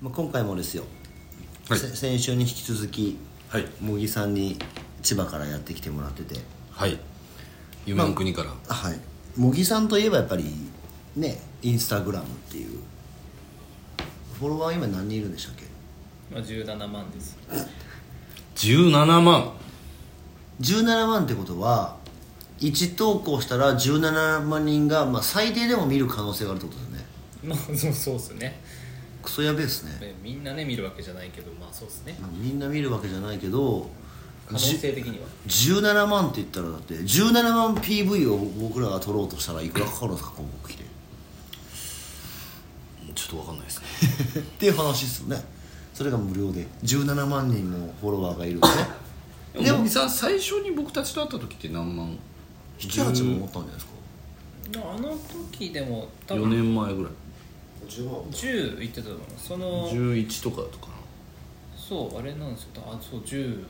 まあ、今回もですよ、はいせ先週に引き続きはい茂木さんに千葉からやってきてもらっててはい夢の国から、はい茂木さんといえばやっぱりねインスタグラムっていうフォロワー今何人いるんでしたっけまあ、17万です 17万17万ってことは1投稿したら17万人が、まあ、最低でも見る可能性があるってことだよねまあそうそうっすねクソやべえですね、ねみんなね見るわけじゃないけどまあそうっすねまあみんな見るわけじゃないけど可能性的には17万って言ったらだって17万 PV を僕らが撮ろうとしたらいくらかかるんですか広 告費でちょっとわかんないですねっていう話ですよねそれが無料で17万人もフォロワーがいるんでねでも茂木さん最初に僕たちと会った時って何万78も思ったんじゃないですかまああの時でも多4分年前ぐらい10万10いってたと思うその11とかとかそうあれなんですよあそう1010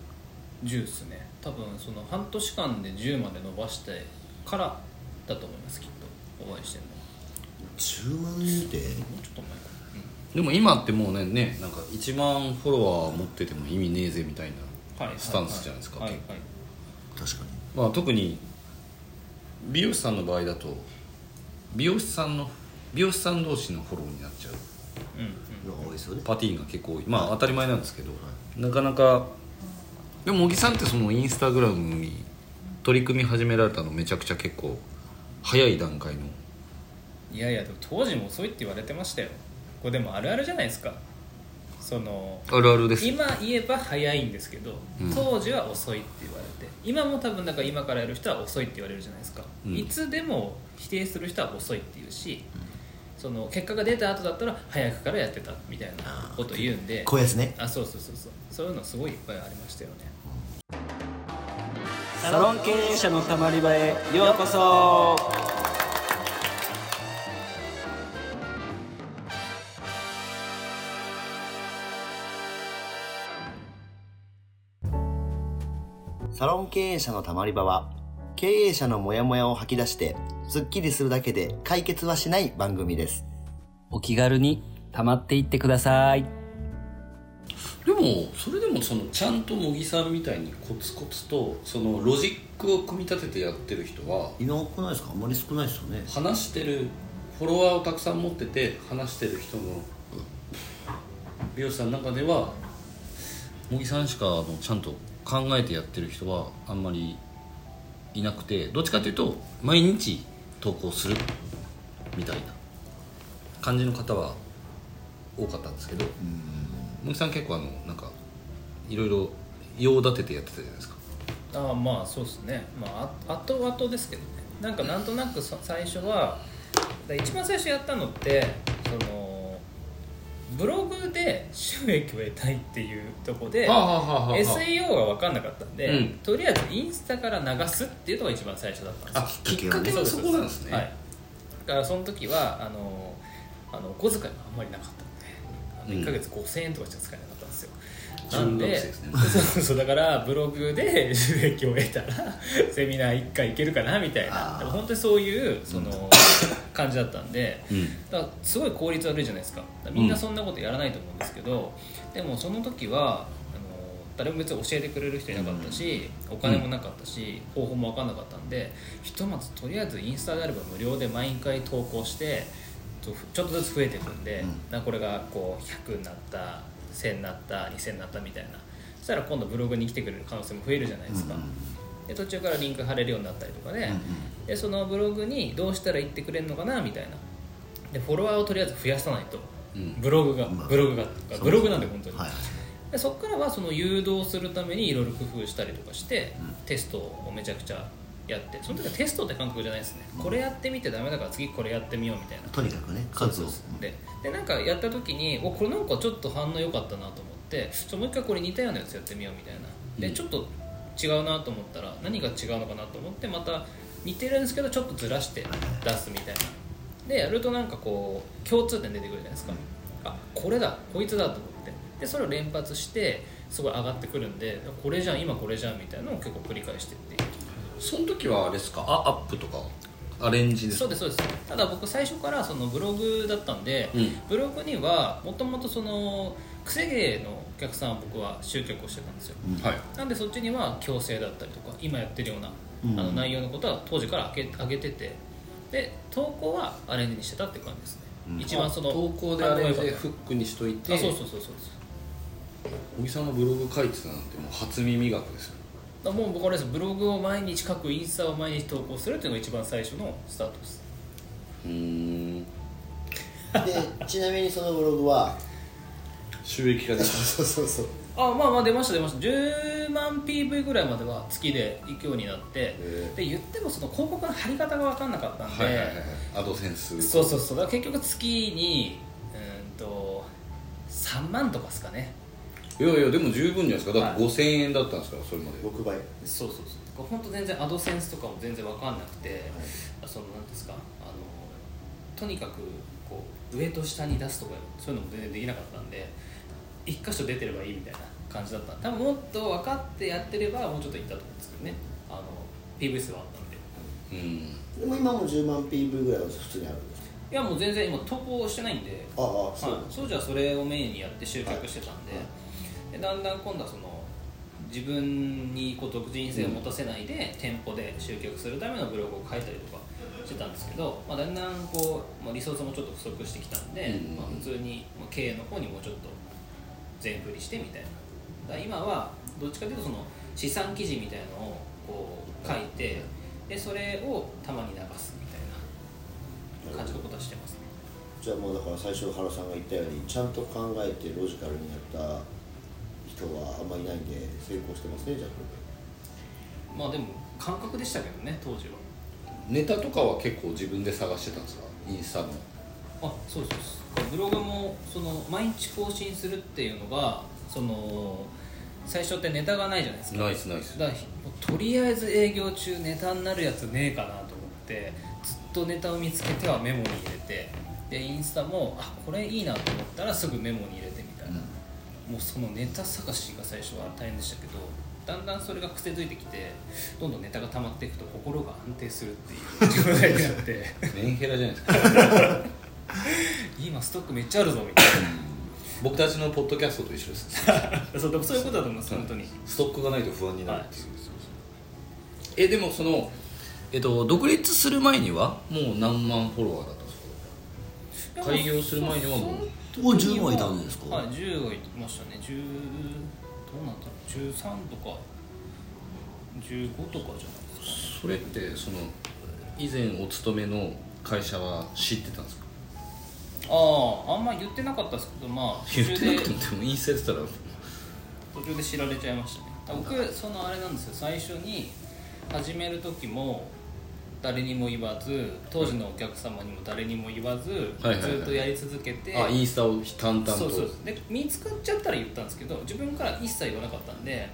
っすね多分その半年間で10まで伸ばしてからだと思いますきっとお会いしてる10のは万人ってもうちょっと前かななでも今ってもうねねなんか1万フォロワー持ってても意味ねえぜみたいな、うんはいスタンスじゃないですかはいはい結確かにまあ、特に美容師さんの場合だと美容師さんの美容師さん同士のフォローになっちゃううんうんのが多いですよねパティーンが結構多いまあ当たり前なんですけど、なかなかでも茂木さんってそのインスタグラムに取り組み始められたのめちゃくちゃ結構早い段階のいやいやでも当時も遅いって言われてましたよこれでもあるあるじゃないですかそのあるあるです今言えば早いんですけど、うん当時は遅いって言われて今も多分なんか今からやる人は遅いって言われるじゃないですか、うんいつでも否定する人は遅いって言うし、その結果が出た後だったら早くからやってたみたいなこと言うんでこういうやつねあそうそうそうそうそういうのすごいいっぱいありましたよねサロン経営者のたまり場へようこそサロン経営者のたまり場は経営者のモヤモヤを吐き出してスッキリするだけで解決はしない番組ですお気軽にたまっていってくださいでもそれでもそのちゃんと茂木さんみたいにコツコツとそのロジックを組み立ててやってる人はいなくないですかあんまり少ないですよね話してるフォロワーをたくさん持ってて話してる人の美容師さんの中では茂木さんしかあのちゃんと考えてやってる人はあんまりいなくてどっちかというと毎日投稿するみたいな感じの方は多かったんですけど茂木さん結構あのなんかいろいろ用立ててやってたじゃないですかああまあそうですねまああ後々ですけどねなんかなんとなくさ最初はだ一番最初やったのってそのブログで収益を得たいっていうとこではあはあはあはあ SEO が分かんなかったんで、うんとりあえずインスタから流すっていうのが一番最初だったんですよあきっかけはそこなんですねはい、だからその時はあのあのお小遣いがあんまりなかったのでうん1か月5000円とかしか使えなかったんですよ、中なんで 学生ですねそうそうそうだからブログで 収益を得たらセミナー1回行けるかなみたいなでも本当にそういう その、感じだったんでうんだからすごい効率悪いじゃないですかだからみんなそんなことやらないと思うんですけど、でもその時はあの誰も別に教えてくれる人いなかったし、お金もなかったし、方法も分かんなかったんでひとまずとりあえずインスタであれば無料で毎回投稿してちょちょっとずつ増えていくんで、なこれがこう100になった1000になった2000になったみたいなそしたら今度ブログに来てくれる可能性も増えるじゃないですか。で途中からリンク貼れるようになったりとかで,、でそのブログにどうしたら行ってくれるのかなみたいなでフォロワーをとりあえず増やさないと、うんブログが、まあブログがブログなんで本当に、はいでそこからはその誘導するためにいろいろ工夫したりとかして、テストをめちゃくちゃやってその時はテストって感覚じゃないですね、これやってみてダメだから次これやってみようみたいなとにかくね数をででなんかやった時におこれなんかちょっと反応良かったなと思ってちょっともう一回これ似たようなやつやってみようみたいなで、ちょっと違うなと思ったら何が違うのかなと思ってまた似てるんですけどちょっとずらして出すみたいなでやるとなんかこう共通点出てくるじゃないですか、あこれだこいつだと思ってでそれを連発してすごい上がってくるんでこれじゃん今これじゃんみたいなのを結構繰り返してっていうその時はあれですかあアップとかあアレンジですそうですそうですただ僕最初からそのブログだったんで、うんブログにはもともとその癖芸のお客さんは僕は集客をしてたんですよはいなんでそっちには強制だったりとか今やってるような、うんあの内容のことは当時から上げ上げててで投稿はアレンジにしてたっていう感じですね、うん一番その投稿でアレンジ考えで方フックにしといてあそうそうそうそうです小木さんのブログ書いてたなんてもう初耳学ですよだからもう僕はあれですブログを毎日書くインスタを毎日投稿するっていうのが一番最初のスタートですうんでちなみにそのブログは収益化で そうそうそうあまあまあ出ました出ました10万 PV ぐらいまでは月で行くようになってへで言ってもその広告の貼り方が分かんなかったんで、はいはいはいはいアドセンスそうそうそうだから結局月にうーんと3万とかですかねいやいやでも十分じゃないですかだっては5000円だったんですからそれまで6倍そうそうそう本当全然アドセンスとかも全然分かんなくて、そのなんですかあのとにかくこう上と下に出すとかそういうのも全然できなかったんで一箇所出てればいいみたいな感じだった多分もっと分かってやってればもうちょっといったと思うんですけどねあの PV 数はあったんでうでんも今も10万 PV ぐらいは普通にあるんですいやもう全然今投稿してないんでああそう、はい、そうじゃそれをメインにやって集客してたんで,、でだんだん今度はその自分にこう独人性を持たせないで、店舗で集客するためのブログを書いたりとかしてたんですけど、まあ、だんだんこう、まあ、リソースもちょっと不足してきたんで、うんまあ、普通にまあ経営の方にもうちょっと全振りしてみたいなだから今はどっちかというとその資産記事みたいのをこう書いてでそれをたまに流すみたいな感じのことはしてますねじゃあもうだから最初原さんが言ったようにちゃんと考えてロジカルにやった人はあんまりいないんで成功してますねじゃあまあでも感覚でしたけどね当時はネタとかは結構自分で探してたんですかインスタのあそうそうそうブログもその毎日更新するっていうのがその最初ってネタがないじゃないですかナイスナイスだからひもうとりあえず営業中ネタになるやつねえかなと思ってずっとネタを見つけてはメモに入れてでインスタもあこれいいなと思ったらすぐメモに入れてみたいな、もうそのネタ探しが最初は大変でしたけどだんだんそれが癖づいてきてどんどんネタが溜まっていくと心が安定するっていう状態になって メンヘラじゃないですか今ストックめっちゃあるぞみたい僕たちのポッドキャストと一緒ですなそうそういうことだと思います本当にストックがないと不安になるっていう、えでもそのえっと独立する前にはもう何万フォロワーだったんですか開業する前にはもうお10はいたんですかはい10はいましたね10どうなんだろう13とか15とかじゃないですかそれってその以前お勤めの会社は知ってたんですかあああんま言ってなかったですけどまあ途言っ中てでなくてもインスタやってたら途中で知られちゃいましたね僕そのあれなんですよ最初に始める時も誰にも言わず当時のお客様にも誰にも言わず、はいはいはいずっとやり続けて、あインスタを淡々とそうそうで見つかっちゃったら言ったんですけど自分から一切言わなかったんで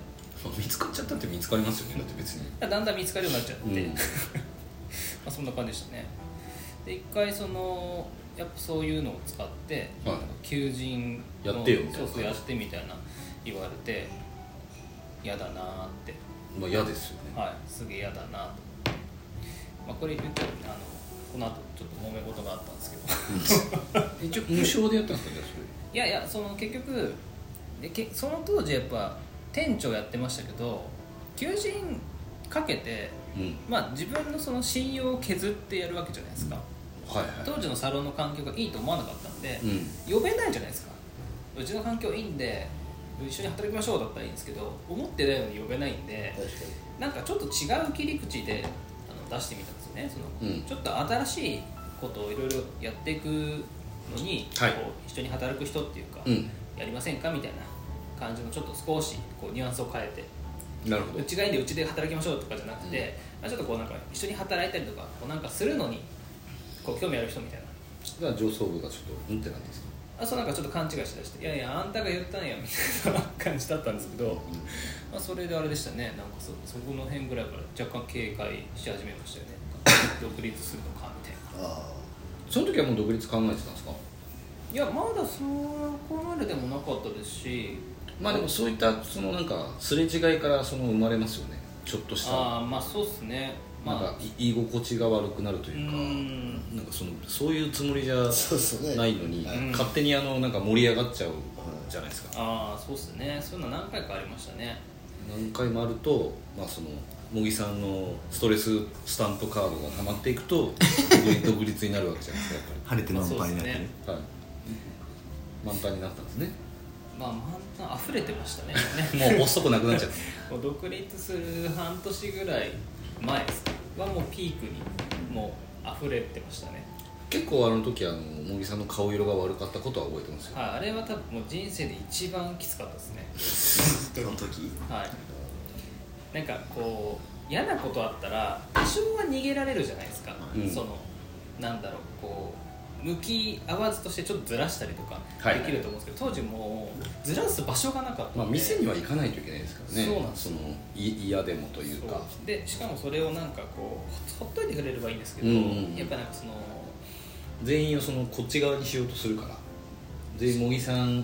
見つかっちゃったって見つかりますよねだって別にだんだん見つかるようになっちゃって、うんまあそんな感じでしたねで一回そのやっぱそういうのを使って、はい求人のやってよみたいそなうそうやってみたいな言われて嫌だなーってまあ嫌ですよねはいすげえ嫌だなと思って、まあ、これ言ったらあのこの後ちょっと揉め事があったんですけど 一応無償でやったんですかじゃあいやいやその結局でけその当時やっぱ店長やってましたけど求人かけて、それうんまあ、自分のその信用を削ってやるわけじゃないですかはいは当時のサロンの環境がいいと思わなかったんでい、うん呼べないじゃないですかうちの環境いいんで一緒に働きましょうだったらいいんですけど思ってないのに呼べないんで確かなんかちょっと違う切り口であの出してみたんですよねその、うんちょっと新しいことをいろいろやっていくのに、はいこう一緒に働く人っていうか、うんやりませんかみたいな感じのちょっと少しこうニュアンスを変えてなるほうちがいいんでうちで働きましょうとかじゃなくて、まあちょっとこうなんか一緒に働いたりとかこうなんかするのにこう興味ある人みたいなどだから上層部がちょっとうんってなんですかあそうなんかちょっと勘違いしだして「いやいやあんたが言ったんや」みたいな感じだったんですけど、まあ、それであれでしたねなんかそそこの辺ぐらいから若干警戒し始めま したよね独立するのかみたいなにあその時はもう独立考えてたんですかいやまだそこまででもなかったですしまあでもそういったそのなんかすれ違いからその生まれますよねちょっとしたああまあそうっすねまなあんかい居心地が悪くなるというか、んなんかそのそういうつもりじゃそうですねないのに、はい勝手にあのなんか盛り上がっちゃうじゃないですか、ああそうっすねそういうの何回かありましたね何回もあると、まあ、その茂木さんのストレススタンプカードが溜まっていくと独立独立になるわけじゃないですかやっ 晴れて満杯になってまあそうでねすぱり、はい、満タンになったんですねまあ満タン溢れてま したねもう遅くなくなっちゃっもう独立する半年ぐらい前ですかはもうピークにもう溢れてましたねた結構あの時あの茂木さんの顔色が悪かったことは覚えてますよ、はいあれは多分もう人生で一番きつかったですねその時はい、なんかこう嫌なことあったら多少は逃げられるじゃないですか、うんそのなんだろうこう向き合わずとしてちょっとずらしたりとかはいできると思うんですけど、当時もうずらす場所がなかったんで、まあ、店には行かないといけないですからねそうなんですそのい嫌でもというかそうでしかもそれをなんかこうほほっといてくれればいいんですけど、うんうんうんやっぱなんかその全員をそのこっち側にしようとするから全員茂木さん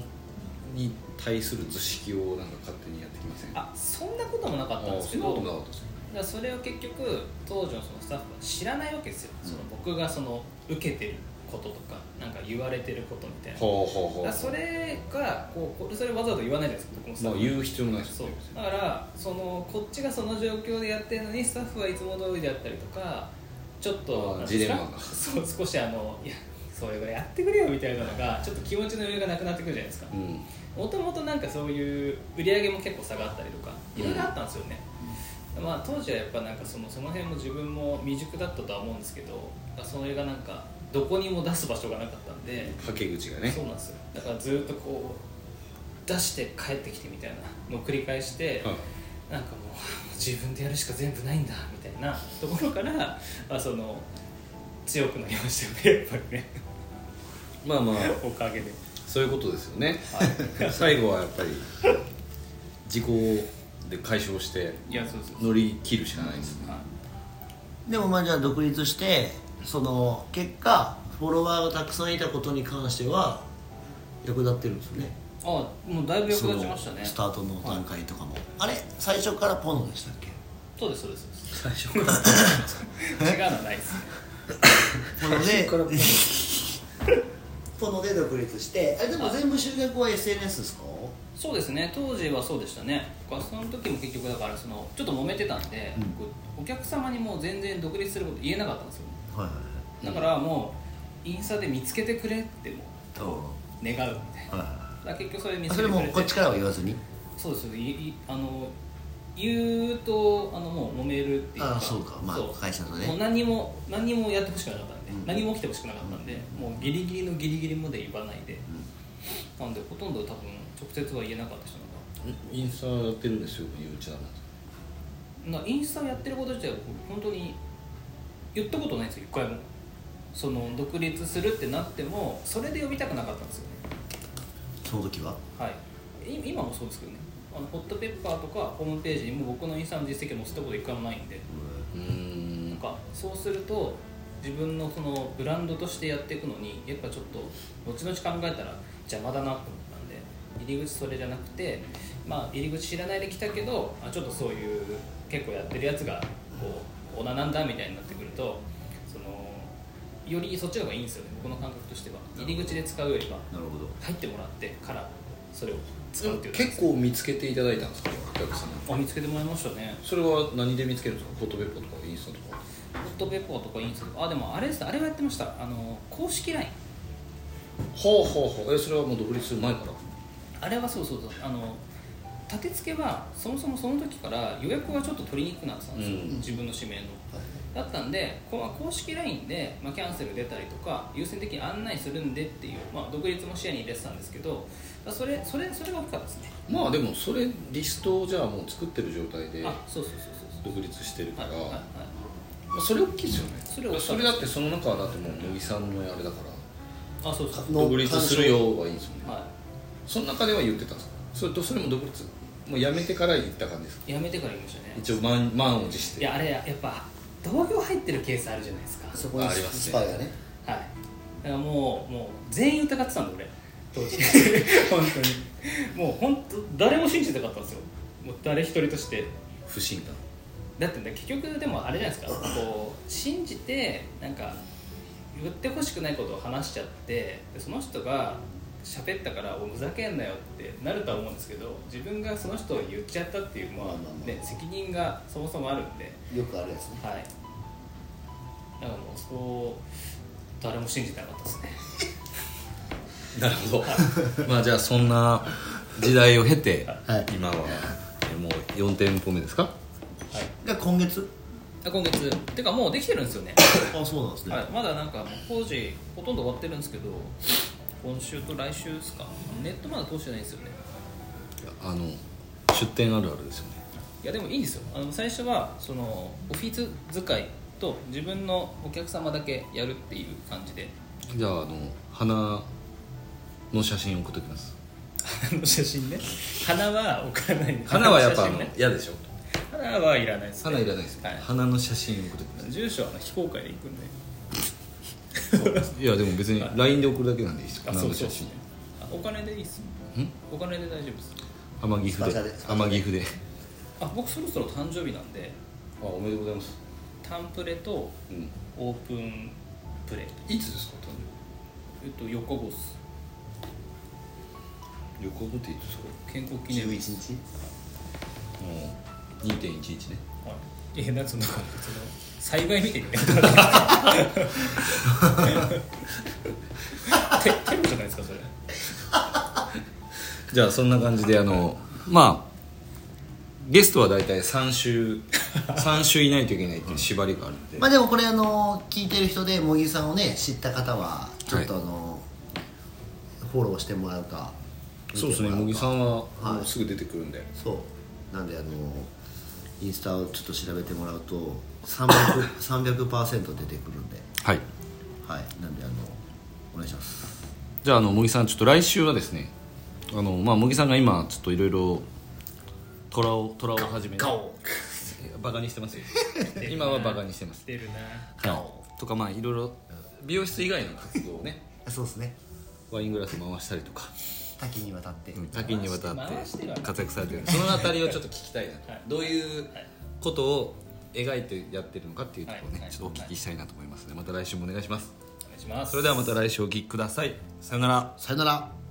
に対する図式をなんか勝手にやってきませんあそんなこともなかったんあですそけんなどことなかったですねだからそれを結局当時のそのスタッフは知らないわけですよ、その僕がその受けてることとかなんか言われてることみたいなほうほうほうだからそれがこうこれそれわざわざ言わないじゃないですか僕もスタまッあフ言う必要もないですそうねだからそのこっちがその状況でやってるのにスタッフはいつも通りであったりとかちょっとあーなんですかジレンマがそう少しあのいやそれぐらいやってくれよみたいなのがちょっと気持ちの余裕がなくなってくるじゃないですかうんもともとなんかそういう売り上げも結構下がったりとかいろいろあったんですよね、まあ、当時はやっぱなんかそのその辺も自分も未熟だったとは思うんですけどそれがなんかどこにも出す場所がなかったんではけ口がねそうなんですよだからずっとこう出して帰ってきてみたいなのを繰り返して、はいなんかもうもう 自分でやるしか全部ないんだみたいな ところから、まあ、その強くなりましたよねやっぱりねまあまあおかげでそういうことですよね 最後はやっぱり時効で解消していやそうです乗り切るしかないですねでもまあじゃあ独立してその結果フォロワーがたくさんいたことに関しては役立ってるんですよねあもうだいぶ役立ちましたそねのスタートの段階とかも、あれ最初からポノでしたっけそうですそうですそう最初か らです違うのはないですポノでポノで独立してあれでも全部集客は SNS ですかそうですね当時はそうでしたねその時も結局だからそのちょっと揉めてたんで、僕お客様にもう全然独立すること言えなかったんですよはいはいだからもうインスタで見つけてくれってもはう願うみたいなだいはから結局それ見いつそけれてくれもこてっちからは言わずにそうですいいあの言うとあのもう揉めるっていうかあそうかまあそう会社のもうね何にも何にもやってほしくなかったんで、うん何も起きてほしくなかったんで、もうギリギリのギリギリまで言わないで、なんでほとんど多分直接は言えなかった人インスタやってるんですよゆうちゃんなんかなインスタやってること自体は僕本当に言ったことないんですよ一回もその独立するってなってもそれで呼びたくなかったんですよねその時ははい、い今もそうですけどねあのホットペッパーとかホームページにも僕のインスタの実績を載せたこと一回もないんでうなんんかそうすると自分のそのブランドとしてやっていくのにやっぱちょっと後々考えたら邪魔だなと思ったんで入り口それじゃなくてまあ入り口知らないで来たけどあちょっとそういう結構やってるやつがこうオナなんだみたいになってくるとそのよりそっちの方がいいんですよね僕の感覚としては入り口で使うよりはなるほど入ってもらってからそれを使うっていうのが結構見つけていただいたんですかお客さんあ見つけてもらいましたねそれは何で見つけるんですかフォトベッポとかインスタとかホットペッパーとかインスタとかあでもあれですあれはやってましたあの公式 LINE ほうほうほうえそれはもう独立する前からあれはそうそうそうあの立て付けはそもそもその時から予約はちょっと取りにくくなってたんですよ、うん自分の指名のだったんでこう公式 LINE で、まあ、キャンセル出たりとか優先的に案内するんでっていう、まあ、独立も視野に入れてたんですけどだそれそれそれが大きかったですね、まあでもそれリストをじゃあもう作ってる状態であそうそうそうそう独立してるかそうら、はいはいはいまあ、それ大きいですよねそれ大きいそれだってその中はだってもう茂木さんのあれだからあそうそうの独立するよはいいですよねはその中では言ってたんですかそれとそれも独立もうやめてから言った感じですかいやめてから言いましたね一応満満を持していやあれやっぱ同業入ってるケースあるじゃないですかそこにあありますねスパイがねはいだからもうもう全員疑ってたんだ俺当 時本当にもう本当誰も信じてなかったんですよもう誰一人として不信感だってね結局でもあれじゃないですかこう信じてなんか言ってほしくないことを話しちゃってでその人が喋ったから「おふざけんなよ」ってなるとは思うんですけど自分がその人を言っちゃったっていう、ままあまあまああね、責任がそもそもあるんで、よくあるやつねはい、だからもうそこを誰も信じてなかったですねなるほどまあじゃあそんな時代を経て、はい今はえもう4店舗目ですかが今月あ今月てかもうできてるんですよねあそうなんですね、はい、まだなんか工事ほとんど終わってるんですけど今週と来週ですかネットまだ通してないんですよねあの出店あるあるですよねいやでもいいんですよあの最初はそのオフィス使いと自分のお客様だけやるっていう感じ でじゃああの花の写真送っときます花の写真ね花は置かない花はやっぱあの花の写真ね嫌でしょ花はいらないです、ね、花いらないですよ、はい花の写真送っときま住所はあの非公開で行くんですいやでも別に LINE で送るだけなんでいいですよ花の写真あお金でいいっすんお金で大丈夫です天岐スパチャ阜でで天岐阜であ僕そろそろ誕生日なんであおめでとうございます、タンプレとうん、オープンプレイいつですか誕えっと、4日後っす。生日旅行っていつですか健康記11念日。日うん2.11ねはい。え、なんつうのか、その、災害見てる ね。 テテロじゃないですか、それ。じゃあそんな感じであのまあゲストは大体3週 3週いないといけないっていう縛りがあるんで、まあでもこれあの聞いてる人で茂木さんをね知った方はちょっとあの、フォローしてもらうかそうですね茂茂木木さんははいもうすぐ出てくるんで、そうなんであのインスタをちょっと調べてもらうと 300%, 300出てくるんではいはいなんであのお願いしますじゃああの茂木さんちょっと来週はですねあの、まあ、茂木さんが今ちょっといろいろ虎を虎を始めてバカにして ますよ今はバカにしてます出るな。はいとかまあいろいろ美容室以外の活動をねあそうですねワイングラス回したりとか多岐にわたって、多岐にわたっ回してはて活躍されてるんでそのあたりをちょっと聞きたいなと、はいどういうはいことを描いてやってるのかっていうところをね、はいちょっとお聞きしたいなと思いますのでまた来週もお願いしますお願いします。それではまた来週お聞きくださいさよならさよなら